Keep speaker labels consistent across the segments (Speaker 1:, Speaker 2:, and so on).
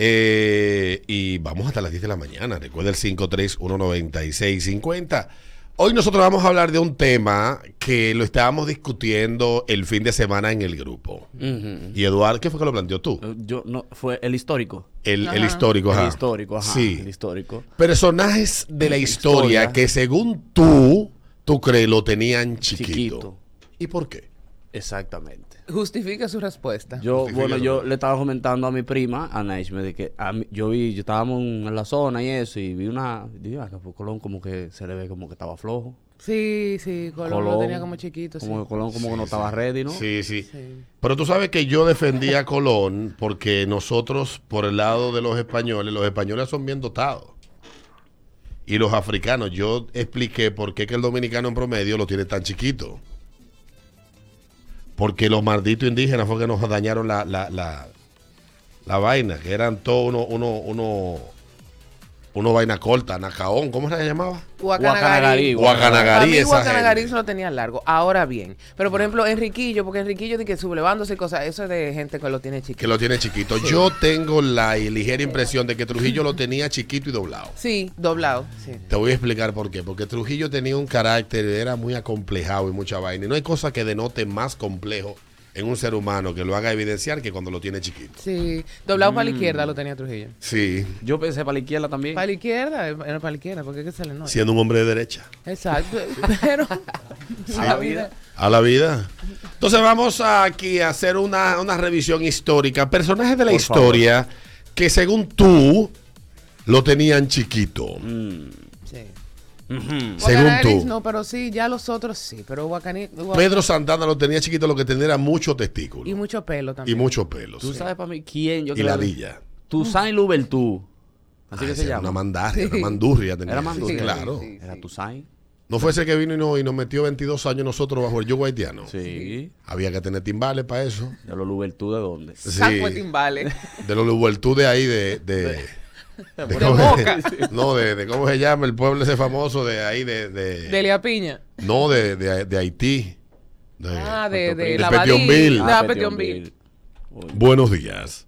Speaker 1: Eh, y vamos hasta las 10 de la mañana. Recuerda el 5319650. Hoy nosotros vamos a hablar de un tema que lo estábamos discutiendo el fin de semana en el grupo. Y Eduardo, ¿qué fue que lo planteó tú?
Speaker 2: Yo no fue el histórico.
Speaker 1: El, el histórico, ajá.
Speaker 2: El histórico, ajá.
Speaker 1: Sí.
Speaker 2: El histórico.
Speaker 1: Personajes de la historia,
Speaker 2: historia.
Speaker 1: que según tú, tú crees lo tenían chiquito.
Speaker 2: Chiquito.
Speaker 1: ¿Y por qué?
Speaker 2: Exactamente.
Speaker 3: Justifica su respuesta.
Speaker 2: Yo, bueno,
Speaker 1: Justifícalo.
Speaker 2: yo le estaba comentando a mi prima, a Naishme, de que a mí- yo vi, yo estábamos en la zona y eso, y vi una, digo, ah, pues Colón como que se le ve como que estaba flojo.
Speaker 3: Sí, sí, Colón, lo tenía como chiquito.
Speaker 2: Como
Speaker 3: sí.
Speaker 2: que Colón como que no estaba ready, ¿no?
Speaker 1: Sí, sí, Pero tú sabes que yo defendía a Colón porque nosotros, por el lado de los españoles, los españoles son bien dotados. Y los africanos, yo expliqué por qué que el dominicano en promedio lo tiene tan chiquito. Porque los malditos indígenas fue que nos dañaron la, la, la, la vaina, que eran todos uno, uno, uno, uno vaina corta, nacaón, ¿cómo se llamaba?
Speaker 2: Guacanagarí,
Speaker 3: Guacanagarí. Para mí
Speaker 1: Guacanagarí, esa
Speaker 3: Guacanagarí
Speaker 1: gente.
Speaker 3: se lo tenía largo. Ahora bien. Pero por ejemplo, Enriquillo, porque Enriquillo de que sublevándose y cosas, eso es de gente que lo tiene
Speaker 1: que
Speaker 3: chiquito.
Speaker 1: lo tiene chiquito. Yo tengo la ligera impresión de que Trujillo lo tenía chiquito y doblado.
Speaker 3: Sí, doblado. Sí.
Speaker 1: Te voy a explicar por qué. Porque Trujillo tenía un carácter, era muy acomplejado y mucha vaina. Y no hay cosa que denote más complejo en un ser humano que lo haga evidenciar que cuando lo tiene chiquito.
Speaker 3: Sí, doblado para la izquierda lo tenía Trujillo.
Speaker 1: Sí,
Speaker 2: Yo pensé para la izquierda también.
Speaker 3: Para la izquierda, era para la izquierda, porque es que se le nota.
Speaker 1: siendo un hombre de derecha.
Speaker 3: Exacto. Pero.
Speaker 2: A la vida.
Speaker 1: A la vida. Entonces vamos aquí a hacer una, una revisión histórica. Personajes de la
Speaker 2: Por favor.
Speaker 1: historia que según tú lo tenían chiquito.
Speaker 3: Sí.
Speaker 2: Ujú.
Speaker 1: Según
Speaker 3: Guacanagarí,
Speaker 1: tú.
Speaker 3: No, pero sí, ya los otros sí. Pero Guacani. Guac-
Speaker 1: Pedro Santana lo tenía chiquito, lo que tenía era mucho testículo.
Speaker 3: Y mucho pelo
Speaker 1: y
Speaker 3: también.
Speaker 1: muchos pelos.
Speaker 2: Tú sabes para mí quién yo
Speaker 1: y
Speaker 2: creo-
Speaker 1: la villa.
Speaker 2: Toussaint Louverture. Así
Speaker 1: Ah,
Speaker 2: que
Speaker 1: esa
Speaker 2: se
Speaker 1: era
Speaker 2: llama.
Speaker 1: Una mandarria, una mandurria tenía.
Speaker 2: Era
Speaker 1: Sí,
Speaker 2: mandurria.
Speaker 1: claro.
Speaker 3: Sí, sí.
Speaker 2: Era Toussaint.
Speaker 1: No fue ese que vino y, no- y nos metió 22 años nosotros bajo el yugo haitiano.
Speaker 2: Sí.
Speaker 1: Había que tener timbales para eso.
Speaker 2: ¿De los Louverture de dónde?
Speaker 1: Sí.
Speaker 3: Saco de timbales.
Speaker 1: De los Lubertudes ahí de... de, de cómo- No, de, de cómo se llama el pueblo ese famoso de ahí de... de-
Speaker 3: Delia Piña.
Speaker 1: no, de, de- de Haití. De-
Speaker 3: Ah, de, de,
Speaker 2: De
Speaker 3: la
Speaker 1: Petionville.
Speaker 3: Badí, de
Speaker 2: Ah,
Speaker 3: la Petionville.
Speaker 1: Buenos días.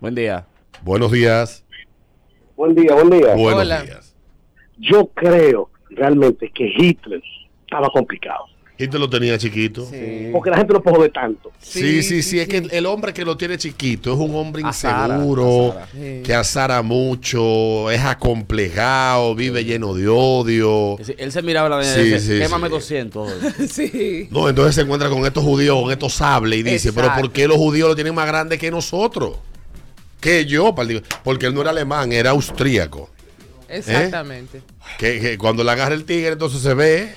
Speaker 2: Buen día.
Speaker 1: Buenos días.
Speaker 4: Buen día, buen día.
Speaker 1: Buenos
Speaker 3: Hola.
Speaker 1: días.
Speaker 4: Yo creo realmente que Hitler estaba complicado.
Speaker 1: ¿Y te lo tenía chiquito?
Speaker 4: Porque la gente no puede joder tanto.
Speaker 1: Sí, sí, sí,
Speaker 3: sí,
Speaker 1: es que el hombre que lo tiene chiquito es un hombre
Speaker 2: Azara,
Speaker 1: inseguro,
Speaker 2: azara.
Speaker 1: que azara mucho, es acomplejado, vive lleno de odio.
Speaker 2: Es decir, Él se miraba la vaina
Speaker 1: Sí,
Speaker 2: y decía,
Speaker 1: sí,
Speaker 2: quémame
Speaker 1: sí.
Speaker 2: 200 hoy".
Speaker 3: Sí.
Speaker 1: No, entonces se encuentra con estos judíos, con estos sables y dice, pero
Speaker 3: Exacto.
Speaker 1: ¿por qué los judíos lo tienen más grande que nosotros? Que yo, pal- porque él no era alemán, era austríaco.
Speaker 3: Exactamente.
Speaker 5: ¿Eh?
Speaker 1: Que, que cuando le agarra el tigre, entonces se ve,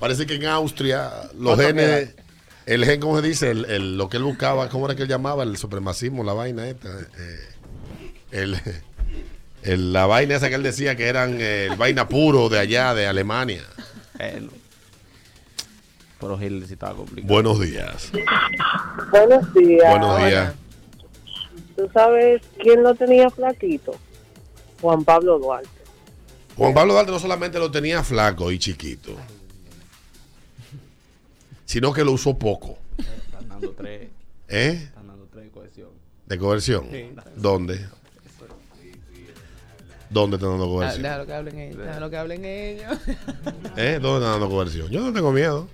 Speaker 1: parece que en Austria los genes, el gen, ¿cómo se dice? El- el- lo que él buscaba, ¿cómo era que él llamaba? El supremacismo, la vaina esta. eh, el, el- la vaina esa que él decía que eran eh, el vaina puro de allá, de Alemania.
Speaker 2: Bueno. Eh, Pero Hitler sí estaba complicado.
Speaker 1: Buenos días.
Speaker 5: Buenos días.
Speaker 1: Buenos días.
Speaker 5: ¿Tú sabes quién lo tenía flaquito? Juan Pablo Duarte.
Speaker 1: Juan Pablo Duarte no solamente lo tenía flaco y chiquito, sino que lo usó poco.
Speaker 2: Están dando tres,
Speaker 1: ¿Eh?
Speaker 2: están dando tres cohesión.
Speaker 1: ¿De coerción? ¿Dónde? ¿Dónde está dando
Speaker 3: Ah,
Speaker 1: coerción?
Speaker 3: Déjalo que hablen ellos. Déjalo que hablen ellos.
Speaker 1: ¿Eh? ¿Dónde está dando coerción? Yo no tengo miedo.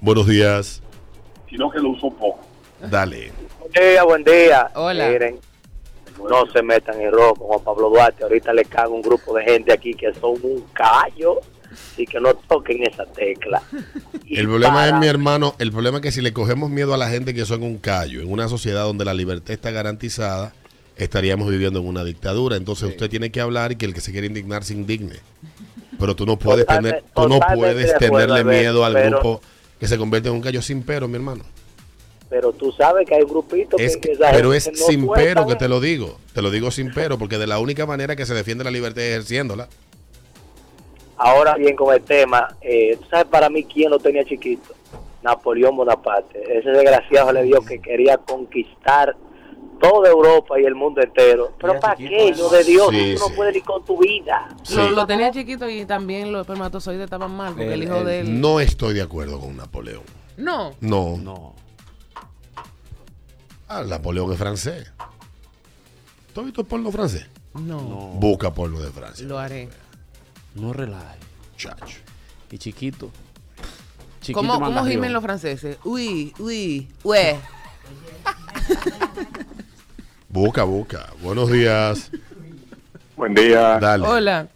Speaker 1: Buenos días.
Speaker 4: Sino que lo usó poco.
Speaker 1: Dale.
Speaker 4: Buen día, buen día.
Speaker 3: Hola.
Speaker 4: Miren, no se metan en rojo con Juan Pablo Duarte. Ahorita le cago un grupo de gente aquí que son un callo y que no toquen esa tecla.
Speaker 1: El problema es,
Speaker 4: para-
Speaker 1: mi hermano, el problema es que si le cogemos miedo a la gente que son un callo, en una sociedad donde la libertad está garantizada, estaríamos viviendo en una dictadura. Entonces usted tiene que hablar y que el que se quiere indignar se indigne. Pero tú no puedes
Speaker 4: Totalme-
Speaker 1: tener, tú no
Speaker 4: totalmente de
Speaker 1: puedes
Speaker 4: acuerdo,
Speaker 1: tenerle
Speaker 4: Alberto,
Speaker 1: miedo al
Speaker 4: pero-
Speaker 1: grupo que se convierte en un callo sin pero, mi hermano.
Speaker 4: Pero tú sabes que hay grupitos
Speaker 1: Es
Speaker 4: que,
Speaker 1: que-
Speaker 4: esa
Speaker 1: pero es
Speaker 4: gente no
Speaker 1: sin pero
Speaker 4: sueltan
Speaker 1: que te lo digo. Te lo digo sin pero, porque de la única manera que se defiende la libertad es ejerciéndola.
Speaker 4: Ahora bien, con el tema, eh, ¿tú sabes para mí quién lo tenía chiquito? Napoleón Bonaparte. Ese desgraciado le dio que quería conquistar toda Europa y el mundo entero. ¿Pero para qué? Lo de Dios,
Speaker 1: Sí,
Speaker 4: tú
Speaker 1: sí.
Speaker 4: no puedes ni con tu vida.
Speaker 3: Lo,
Speaker 1: Sí.
Speaker 3: lo tenía chiquito y también los espermatozoides estaban mal porque
Speaker 2: El-
Speaker 3: el, hijo
Speaker 2: el-
Speaker 3: de él.
Speaker 1: No estoy de acuerdo con Napoleón.
Speaker 3: No.
Speaker 1: No.
Speaker 2: No.
Speaker 1: Ah, Napoleón es francés. ¿Tú has visto porno francés?
Speaker 3: No.
Speaker 1: Busca porno de Francia.
Speaker 3: Lo haré.
Speaker 2: No relaje.
Speaker 1: Chacho.
Speaker 2: Y chiquito. Chiquito
Speaker 3: ¿Cómo,
Speaker 2: manda
Speaker 3: ¿cómo gimen
Speaker 2: arriba.
Speaker 3: los franceses? Uy, uy, ué.
Speaker 1: Busca, busca. Buenos días.
Speaker 6: Buen día.
Speaker 1: Dale.
Speaker 3: Hola.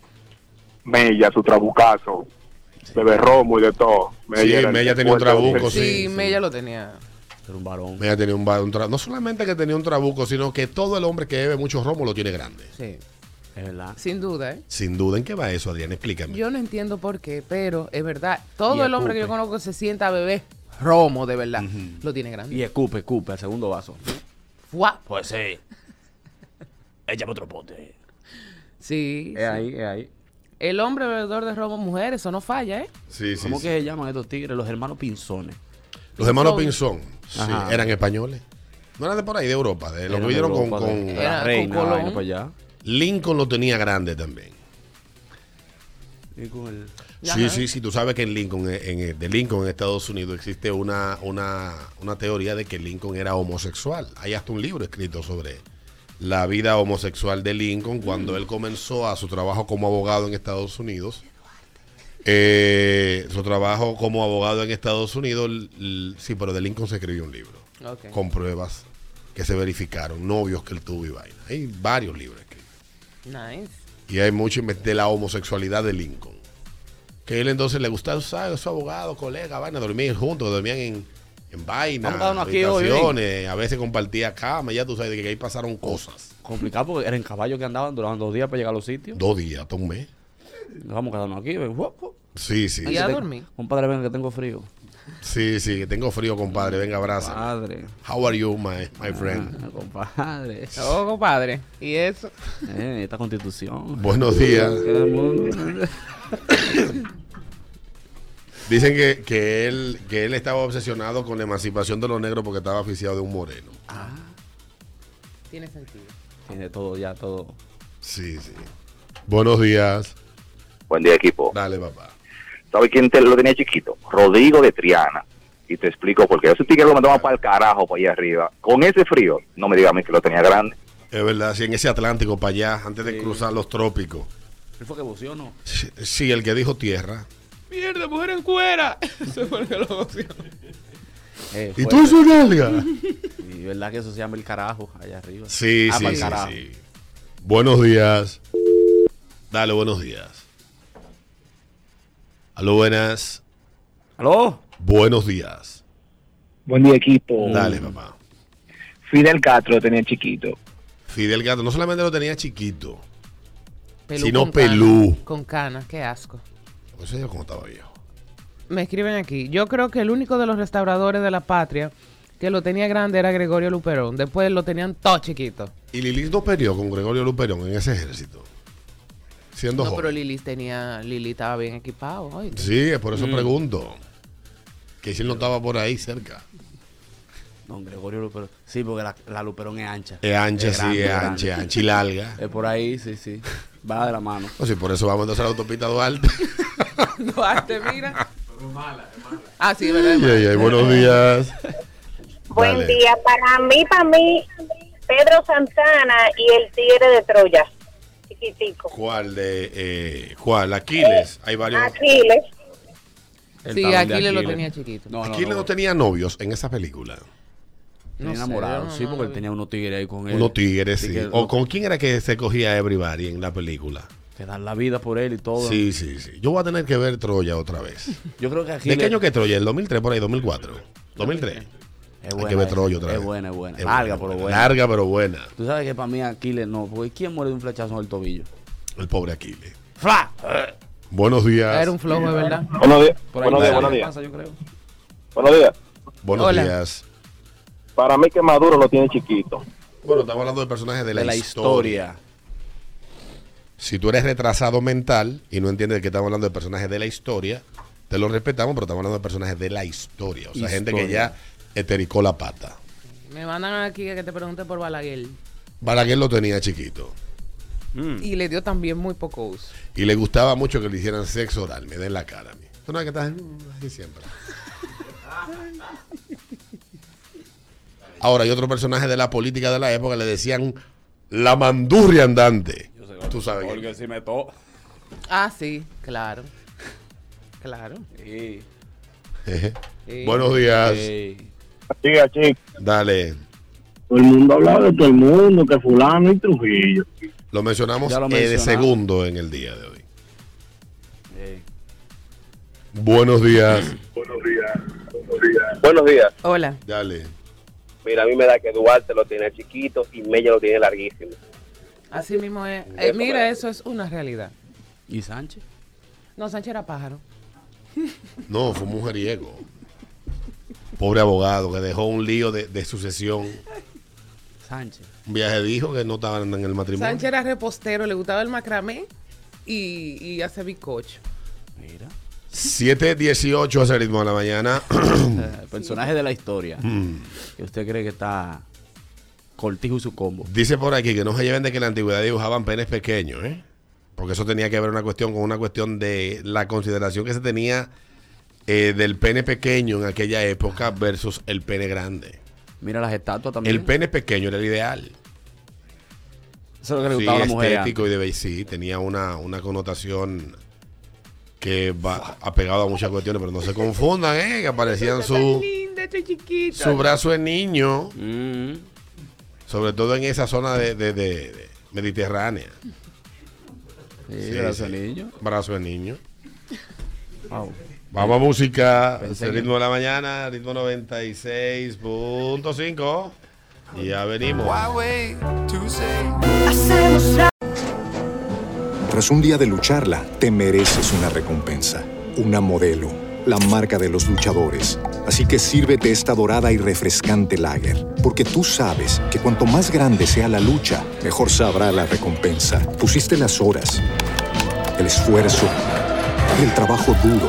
Speaker 6: Mella, su trabucazo. Bebe romo y de todo.
Speaker 1: Sí, Mella tenía un trabuco,
Speaker 3: Sí,
Speaker 1: sí.
Speaker 3: Mella lo tenía.
Speaker 2: Era un varón.
Speaker 1: Mira, tenía un, ba- un tra- No solamente que tenía un trabuco, sino que todo el hombre que bebe mucho romo lo tiene grande.
Speaker 3: Sí.
Speaker 2: Es verdad.
Speaker 3: Sin duda, ¿eh?
Speaker 1: Sin duda, ¿en qué va eso, Adrián? Explícame.
Speaker 3: Yo no entiendo por qué, pero es verdad.
Speaker 2: Y
Speaker 3: Todo
Speaker 2: el
Speaker 3: el hombre que yo
Speaker 2: cupe.
Speaker 3: conozco que se sienta a beber romo, de verdad. Lo tiene grande.
Speaker 2: Y escupe, escupe, al segundo vaso.
Speaker 3: Fuá.
Speaker 2: Pues sí. Échame otro pote.
Speaker 3: Sí.
Speaker 2: Es ahí, es ahí.
Speaker 3: El hombre bebedor de romo, mujer, eso no falla, ¿eh?
Speaker 1: Sí, sí,
Speaker 2: ¿Cómo
Speaker 1: sí.
Speaker 2: que se llaman estos tigres? Los hermanos pinzones.
Speaker 1: Los hermanos Pinzón sí,
Speaker 2: Ajá.
Speaker 1: eran españoles. No eran de por ahí, de Europa. De los que
Speaker 2: Eran de
Speaker 1: vinieron con,
Speaker 2: Europa,
Speaker 1: con-
Speaker 2: de- de
Speaker 3: Era
Speaker 2: la
Speaker 3: con
Speaker 2: reina,
Speaker 3: Colón.
Speaker 2: vaina pues para allá.
Speaker 1: Lincoln lo tenía grande también.
Speaker 2: Y con el...
Speaker 1: Sí, sí, sí. Tú sabes que en Lincoln, eh, en, eh, de Lincoln en Estados Unidos existe una, una, una teoría de que Lincoln era homosexual. Hay hasta un libro escrito sobre la vida homosexual de Lincoln cuando él comenzó a su trabajo como abogado en Estados Unidos. Eh, su trabajo como abogado en Estados Unidos, l- l- sí, pero de Lincoln se escribió un libro
Speaker 3: Ok.
Speaker 1: con pruebas que se verificaron, novios que él tuvo y vaina. Hay varios libros escritos.
Speaker 3: Nice.
Speaker 1: Y hay mucho inve- de la homosexualidad de Lincoln. Que él entonces le gustaba, ¿sabes? Su abogado, colega, vaina, dormían juntos, dormían en, en vainas,
Speaker 2: Vamos a darnos aquí hoy,
Speaker 1: habitaciones, a veces compartía cama, ya tú sabes, de que ahí pasaron cosas.
Speaker 2: Complicado porque eran caballos que andaban durante dos días para llegar a los sitios.
Speaker 1: Dos días, hasta un mes.
Speaker 2: Nos vamos quedando aquí. ven, guap, guap.
Speaker 1: Sí, sí,
Speaker 3: Y a dormir.
Speaker 2: Compadre, venga que tengo frío.
Speaker 1: sí, sí, que tengo frío, compadre, venga, abraza.
Speaker 2: Padre.
Speaker 1: How are you, my, my friend?
Speaker 2: Ah, compadre.
Speaker 3: Oh, compadre. Y eso.
Speaker 2: Eh, esta constitución.
Speaker 1: Buenos días.
Speaker 2: Todo el mundo-
Speaker 1: Dicen que, que él, que él estaba obsesionado con la emancipación de los negros porque estaba aficiado de un moreno.
Speaker 3: Tiene sentido.
Speaker 2: Tiene todo ya, todo.
Speaker 1: Sí, sí. Buenos días.
Speaker 7: Buen día, equipo.
Speaker 1: Dale, papá.
Speaker 7: ¿Sabes quién te lo tenía chiquito? Rodrigo de Triana. Y te explico por qué. Ese tigre lo mandaban para el carajo, para allá arriba. Con ese frío, no me digas a mí que lo tenía grande.
Speaker 1: Es verdad, sí, en ese Atlántico para allá, antes de cruzar los trópicos.
Speaker 2: ¿Él fue que voció o no?
Speaker 1: Sí, Sí, el que dijo tierra.
Speaker 3: Mierda, mujer en cuera. Eso fue lo que lo coció.
Speaker 2: Eh,
Speaker 1: ¿Y
Speaker 2: fue-
Speaker 1: tú, Sonalia?
Speaker 2: Y verdad que eso se llama el carajo allá arriba.
Speaker 1: Sí,
Speaker 2: Ah,
Speaker 1: sí,
Speaker 2: pa'l
Speaker 1: sí,
Speaker 2: carajo.
Speaker 1: sí. Buenos días. Dale, buenos días. Aló, buenas.
Speaker 2: ¿Aló?
Speaker 1: Buenos días.
Speaker 4: Buen día, equipo.
Speaker 1: Dale, papá.
Speaker 4: Fidel Castro lo tenía chiquito.
Speaker 1: Fidel Gato no solamente lo tenía chiquito,
Speaker 3: Pelú
Speaker 1: Si no,
Speaker 3: con cana.
Speaker 1: pelú.
Speaker 3: Con canas, qué asco.
Speaker 1: eso yo como estaba viejo.
Speaker 3: Me escriben aquí. Yo creo que el único de los restauradores de la patria que lo tenía grande era Gregorio Luperón. Después lo tenían todo chiquito.
Speaker 1: Y Lilis no peleó con Gregorio Luperón en ese ejército. Siendo
Speaker 3: No,
Speaker 1: joven.
Speaker 3: pero Lili tenía, Lili estaba bien equipado. oíste.
Speaker 1: Sí, es por
Speaker 3: Mm.
Speaker 1: eso pregunto. Que si él no estaba por ahí cerca.
Speaker 2: Don Gregorio Luperón. Sí, porque la, la Luperón es ancha.
Speaker 1: Es ancha, sí,
Speaker 2: grande,
Speaker 1: es
Speaker 2: grande.
Speaker 1: ancha, es ancha y larga.
Speaker 2: Es por ahí, sí, sí. Va de la mano.
Speaker 1: No, Pues sí, por eso vamos a hacer la autopista Duarte.
Speaker 3: Duarte, mira. Ah, sí, es verdad. es
Speaker 1: Ay, ay, ay, buenos días.
Speaker 8: Buen
Speaker 1: Dale.
Speaker 8: día. Para mí, para mí, Pedro Santana y el Tigre de Troya. Chiquitico. Eh,
Speaker 1: ¿Cuál de eh, cuál? Aquiles. Hay varios.
Speaker 8: Aquiles.
Speaker 1: El
Speaker 3: Sí,
Speaker 1: talón de
Speaker 3: Aquiles lo
Speaker 1: Aquiles.
Speaker 3: tenía chiquito.
Speaker 2: No, no,
Speaker 1: Aquiles
Speaker 2: no.
Speaker 1: no tenía novios en esa película.
Speaker 2: Tenía
Speaker 3: sé,
Speaker 2: enamorado,
Speaker 3: yo no-
Speaker 2: sí, porque él tenía unos tigres ahí con él.
Speaker 1: Unos tigres, sí.
Speaker 2: que
Speaker 1: ¿O con quién era que se cogía Everybody en la película?
Speaker 2: Que dan la vida por él y todo.
Speaker 1: Sí, sí, sí. Yo voy a tener que ver Troya otra vez.
Speaker 2: Yo creo que
Speaker 1: ¿De
Speaker 2: Aquiles...
Speaker 1: qué año que Troya? ¿El 2003 por ahí? ¿2004? ¿2003?
Speaker 2: Es
Speaker 1: Hay
Speaker 2: buena
Speaker 1: que ver
Speaker 2: esa,
Speaker 1: Troya otra
Speaker 2: es
Speaker 1: vez.
Speaker 2: buena, es buena.
Speaker 1: Es
Speaker 2: Larga, pero buena.
Speaker 1: Larga, pero buena.
Speaker 2: Tú sabes que para mí Aquiles no, porque ¿quién muere de un flechazo en el tobillo?
Speaker 1: El pobre Aquiles.
Speaker 2: ¡Fra!
Speaker 1: Buenos días.
Speaker 3: Era un flojo, de verdad.
Speaker 6: Buenos días.
Speaker 2: Por
Speaker 6: Buenos
Speaker 2: pasa,
Speaker 6: días, buenos días.
Speaker 2: pasa, yo creo.
Speaker 6: Buenos días.
Speaker 1: Buenos
Speaker 6: Hola.
Speaker 1: días.
Speaker 6: Para mí que Maduro lo tiene chiquito.
Speaker 1: Bueno, estamos hablando de personajes de,
Speaker 2: De
Speaker 1: la,
Speaker 2: la
Speaker 1: historia. Si tú eres retrasado mental y no entiendes que estamos hablando de personajes de la historia, te lo respetamos, pero estamos hablando de personajes de la historia. O sea, gente que
Speaker 2: Historia.
Speaker 1: ya etericó la pata.
Speaker 3: Me mandan aquí a que te pregunte por Balaguer.
Speaker 1: Balaguer lo tenía chiquito. Mm.
Speaker 3: Y le dio también muy poco uso.
Speaker 1: Y le gustaba mucho que le hicieran sexo oral. Me den la cara a mí. Tú no ves que estás mm, así siempre. Ahora, hay otro personaje de la política de la época le decían la mandurria andante. Tú sabes. quién.
Speaker 2: Porque si me to...
Speaker 3: Ah, sí, claro. Claro.
Speaker 2: Sí.
Speaker 3: Sí.
Speaker 1: Buenos días.
Speaker 6: Chica, chica.
Speaker 1: Dale.
Speaker 6: Todo el mundo habla de todo el mundo, que fulano y Trujillo.
Speaker 1: Lo mencionamos
Speaker 6: Ya lo
Speaker 1: eh, de
Speaker 6: mencionamos.
Speaker 1: segundo en el día de hoy. Buenos días.
Speaker 6: Buenos días. Buenos días. Buenos días.
Speaker 3: Hola.
Speaker 1: Dale.
Speaker 4: Mira, a mí me da que Duarte lo tiene chiquito y Mella lo tiene larguísimo.
Speaker 3: Así mismo es. Eh, mira, eso es una realidad.
Speaker 2: ¿Y Sánchez?
Speaker 3: No, Sánchez era pájaro.
Speaker 1: No, fue un mujeriego. Pobre abogado que dejó un lío de, de sucesión.
Speaker 2: Sánchez.
Speaker 1: Un viaje dijo que no estaban en el matrimonio.
Speaker 3: Sánchez era repostero, le gustaba el macramé y, y hace bizcocho.
Speaker 2: Mira.
Speaker 1: 7.18 hace ritmo de la mañana.
Speaker 2: Eh, personaje de la historia.
Speaker 1: Mm.
Speaker 2: Que usted cree que está cortijo y su combo.
Speaker 1: Dice por aquí que no se lleven de que en la antigüedad dibujaban penes pequeños, ¿eh? Porque eso tenía que ver una cuestión con una cuestión de la consideración que se tenía eh, del pene pequeño en aquella época versus el pene grande.
Speaker 2: Mira las estatuas también.
Speaker 1: El pene pequeño era el ideal.
Speaker 2: Eso es lo que
Speaker 1: Sí,
Speaker 2: le gustaba a la mujer.
Speaker 1: estético y de be- sí, tenía una, una connotación que va apegado a muchas cuestiones, pero no se confundan, ¿eh? Que aparecían su,
Speaker 3: Linda, este chiquito.
Speaker 1: su brazo de niño,
Speaker 2: Mm.
Speaker 1: sobre todo en esa zona de, de- de- de mediterránea.
Speaker 2: Sí, brazo de niño.
Speaker 1: Brazo de niño.
Speaker 2: Wow.
Speaker 1: Vamos a música,
Speaker 2: Pensé
Speaker 1: el
Speaker 2: que-
Speaker 1: ritmo de la mañana, ritmo 96.5. Y ya venimos.
Speaker 9: Tras un día de lucharla, te mereces una recompensa, una modelo, la marca de los luchadores. Así que sírvete esta dorada y refrescante lager, porque tú sabes que cuanto más grande sea la lucha, mejor sabrá la recompensa. Pusiste las horas, el esfuerzo, el trabajo duro.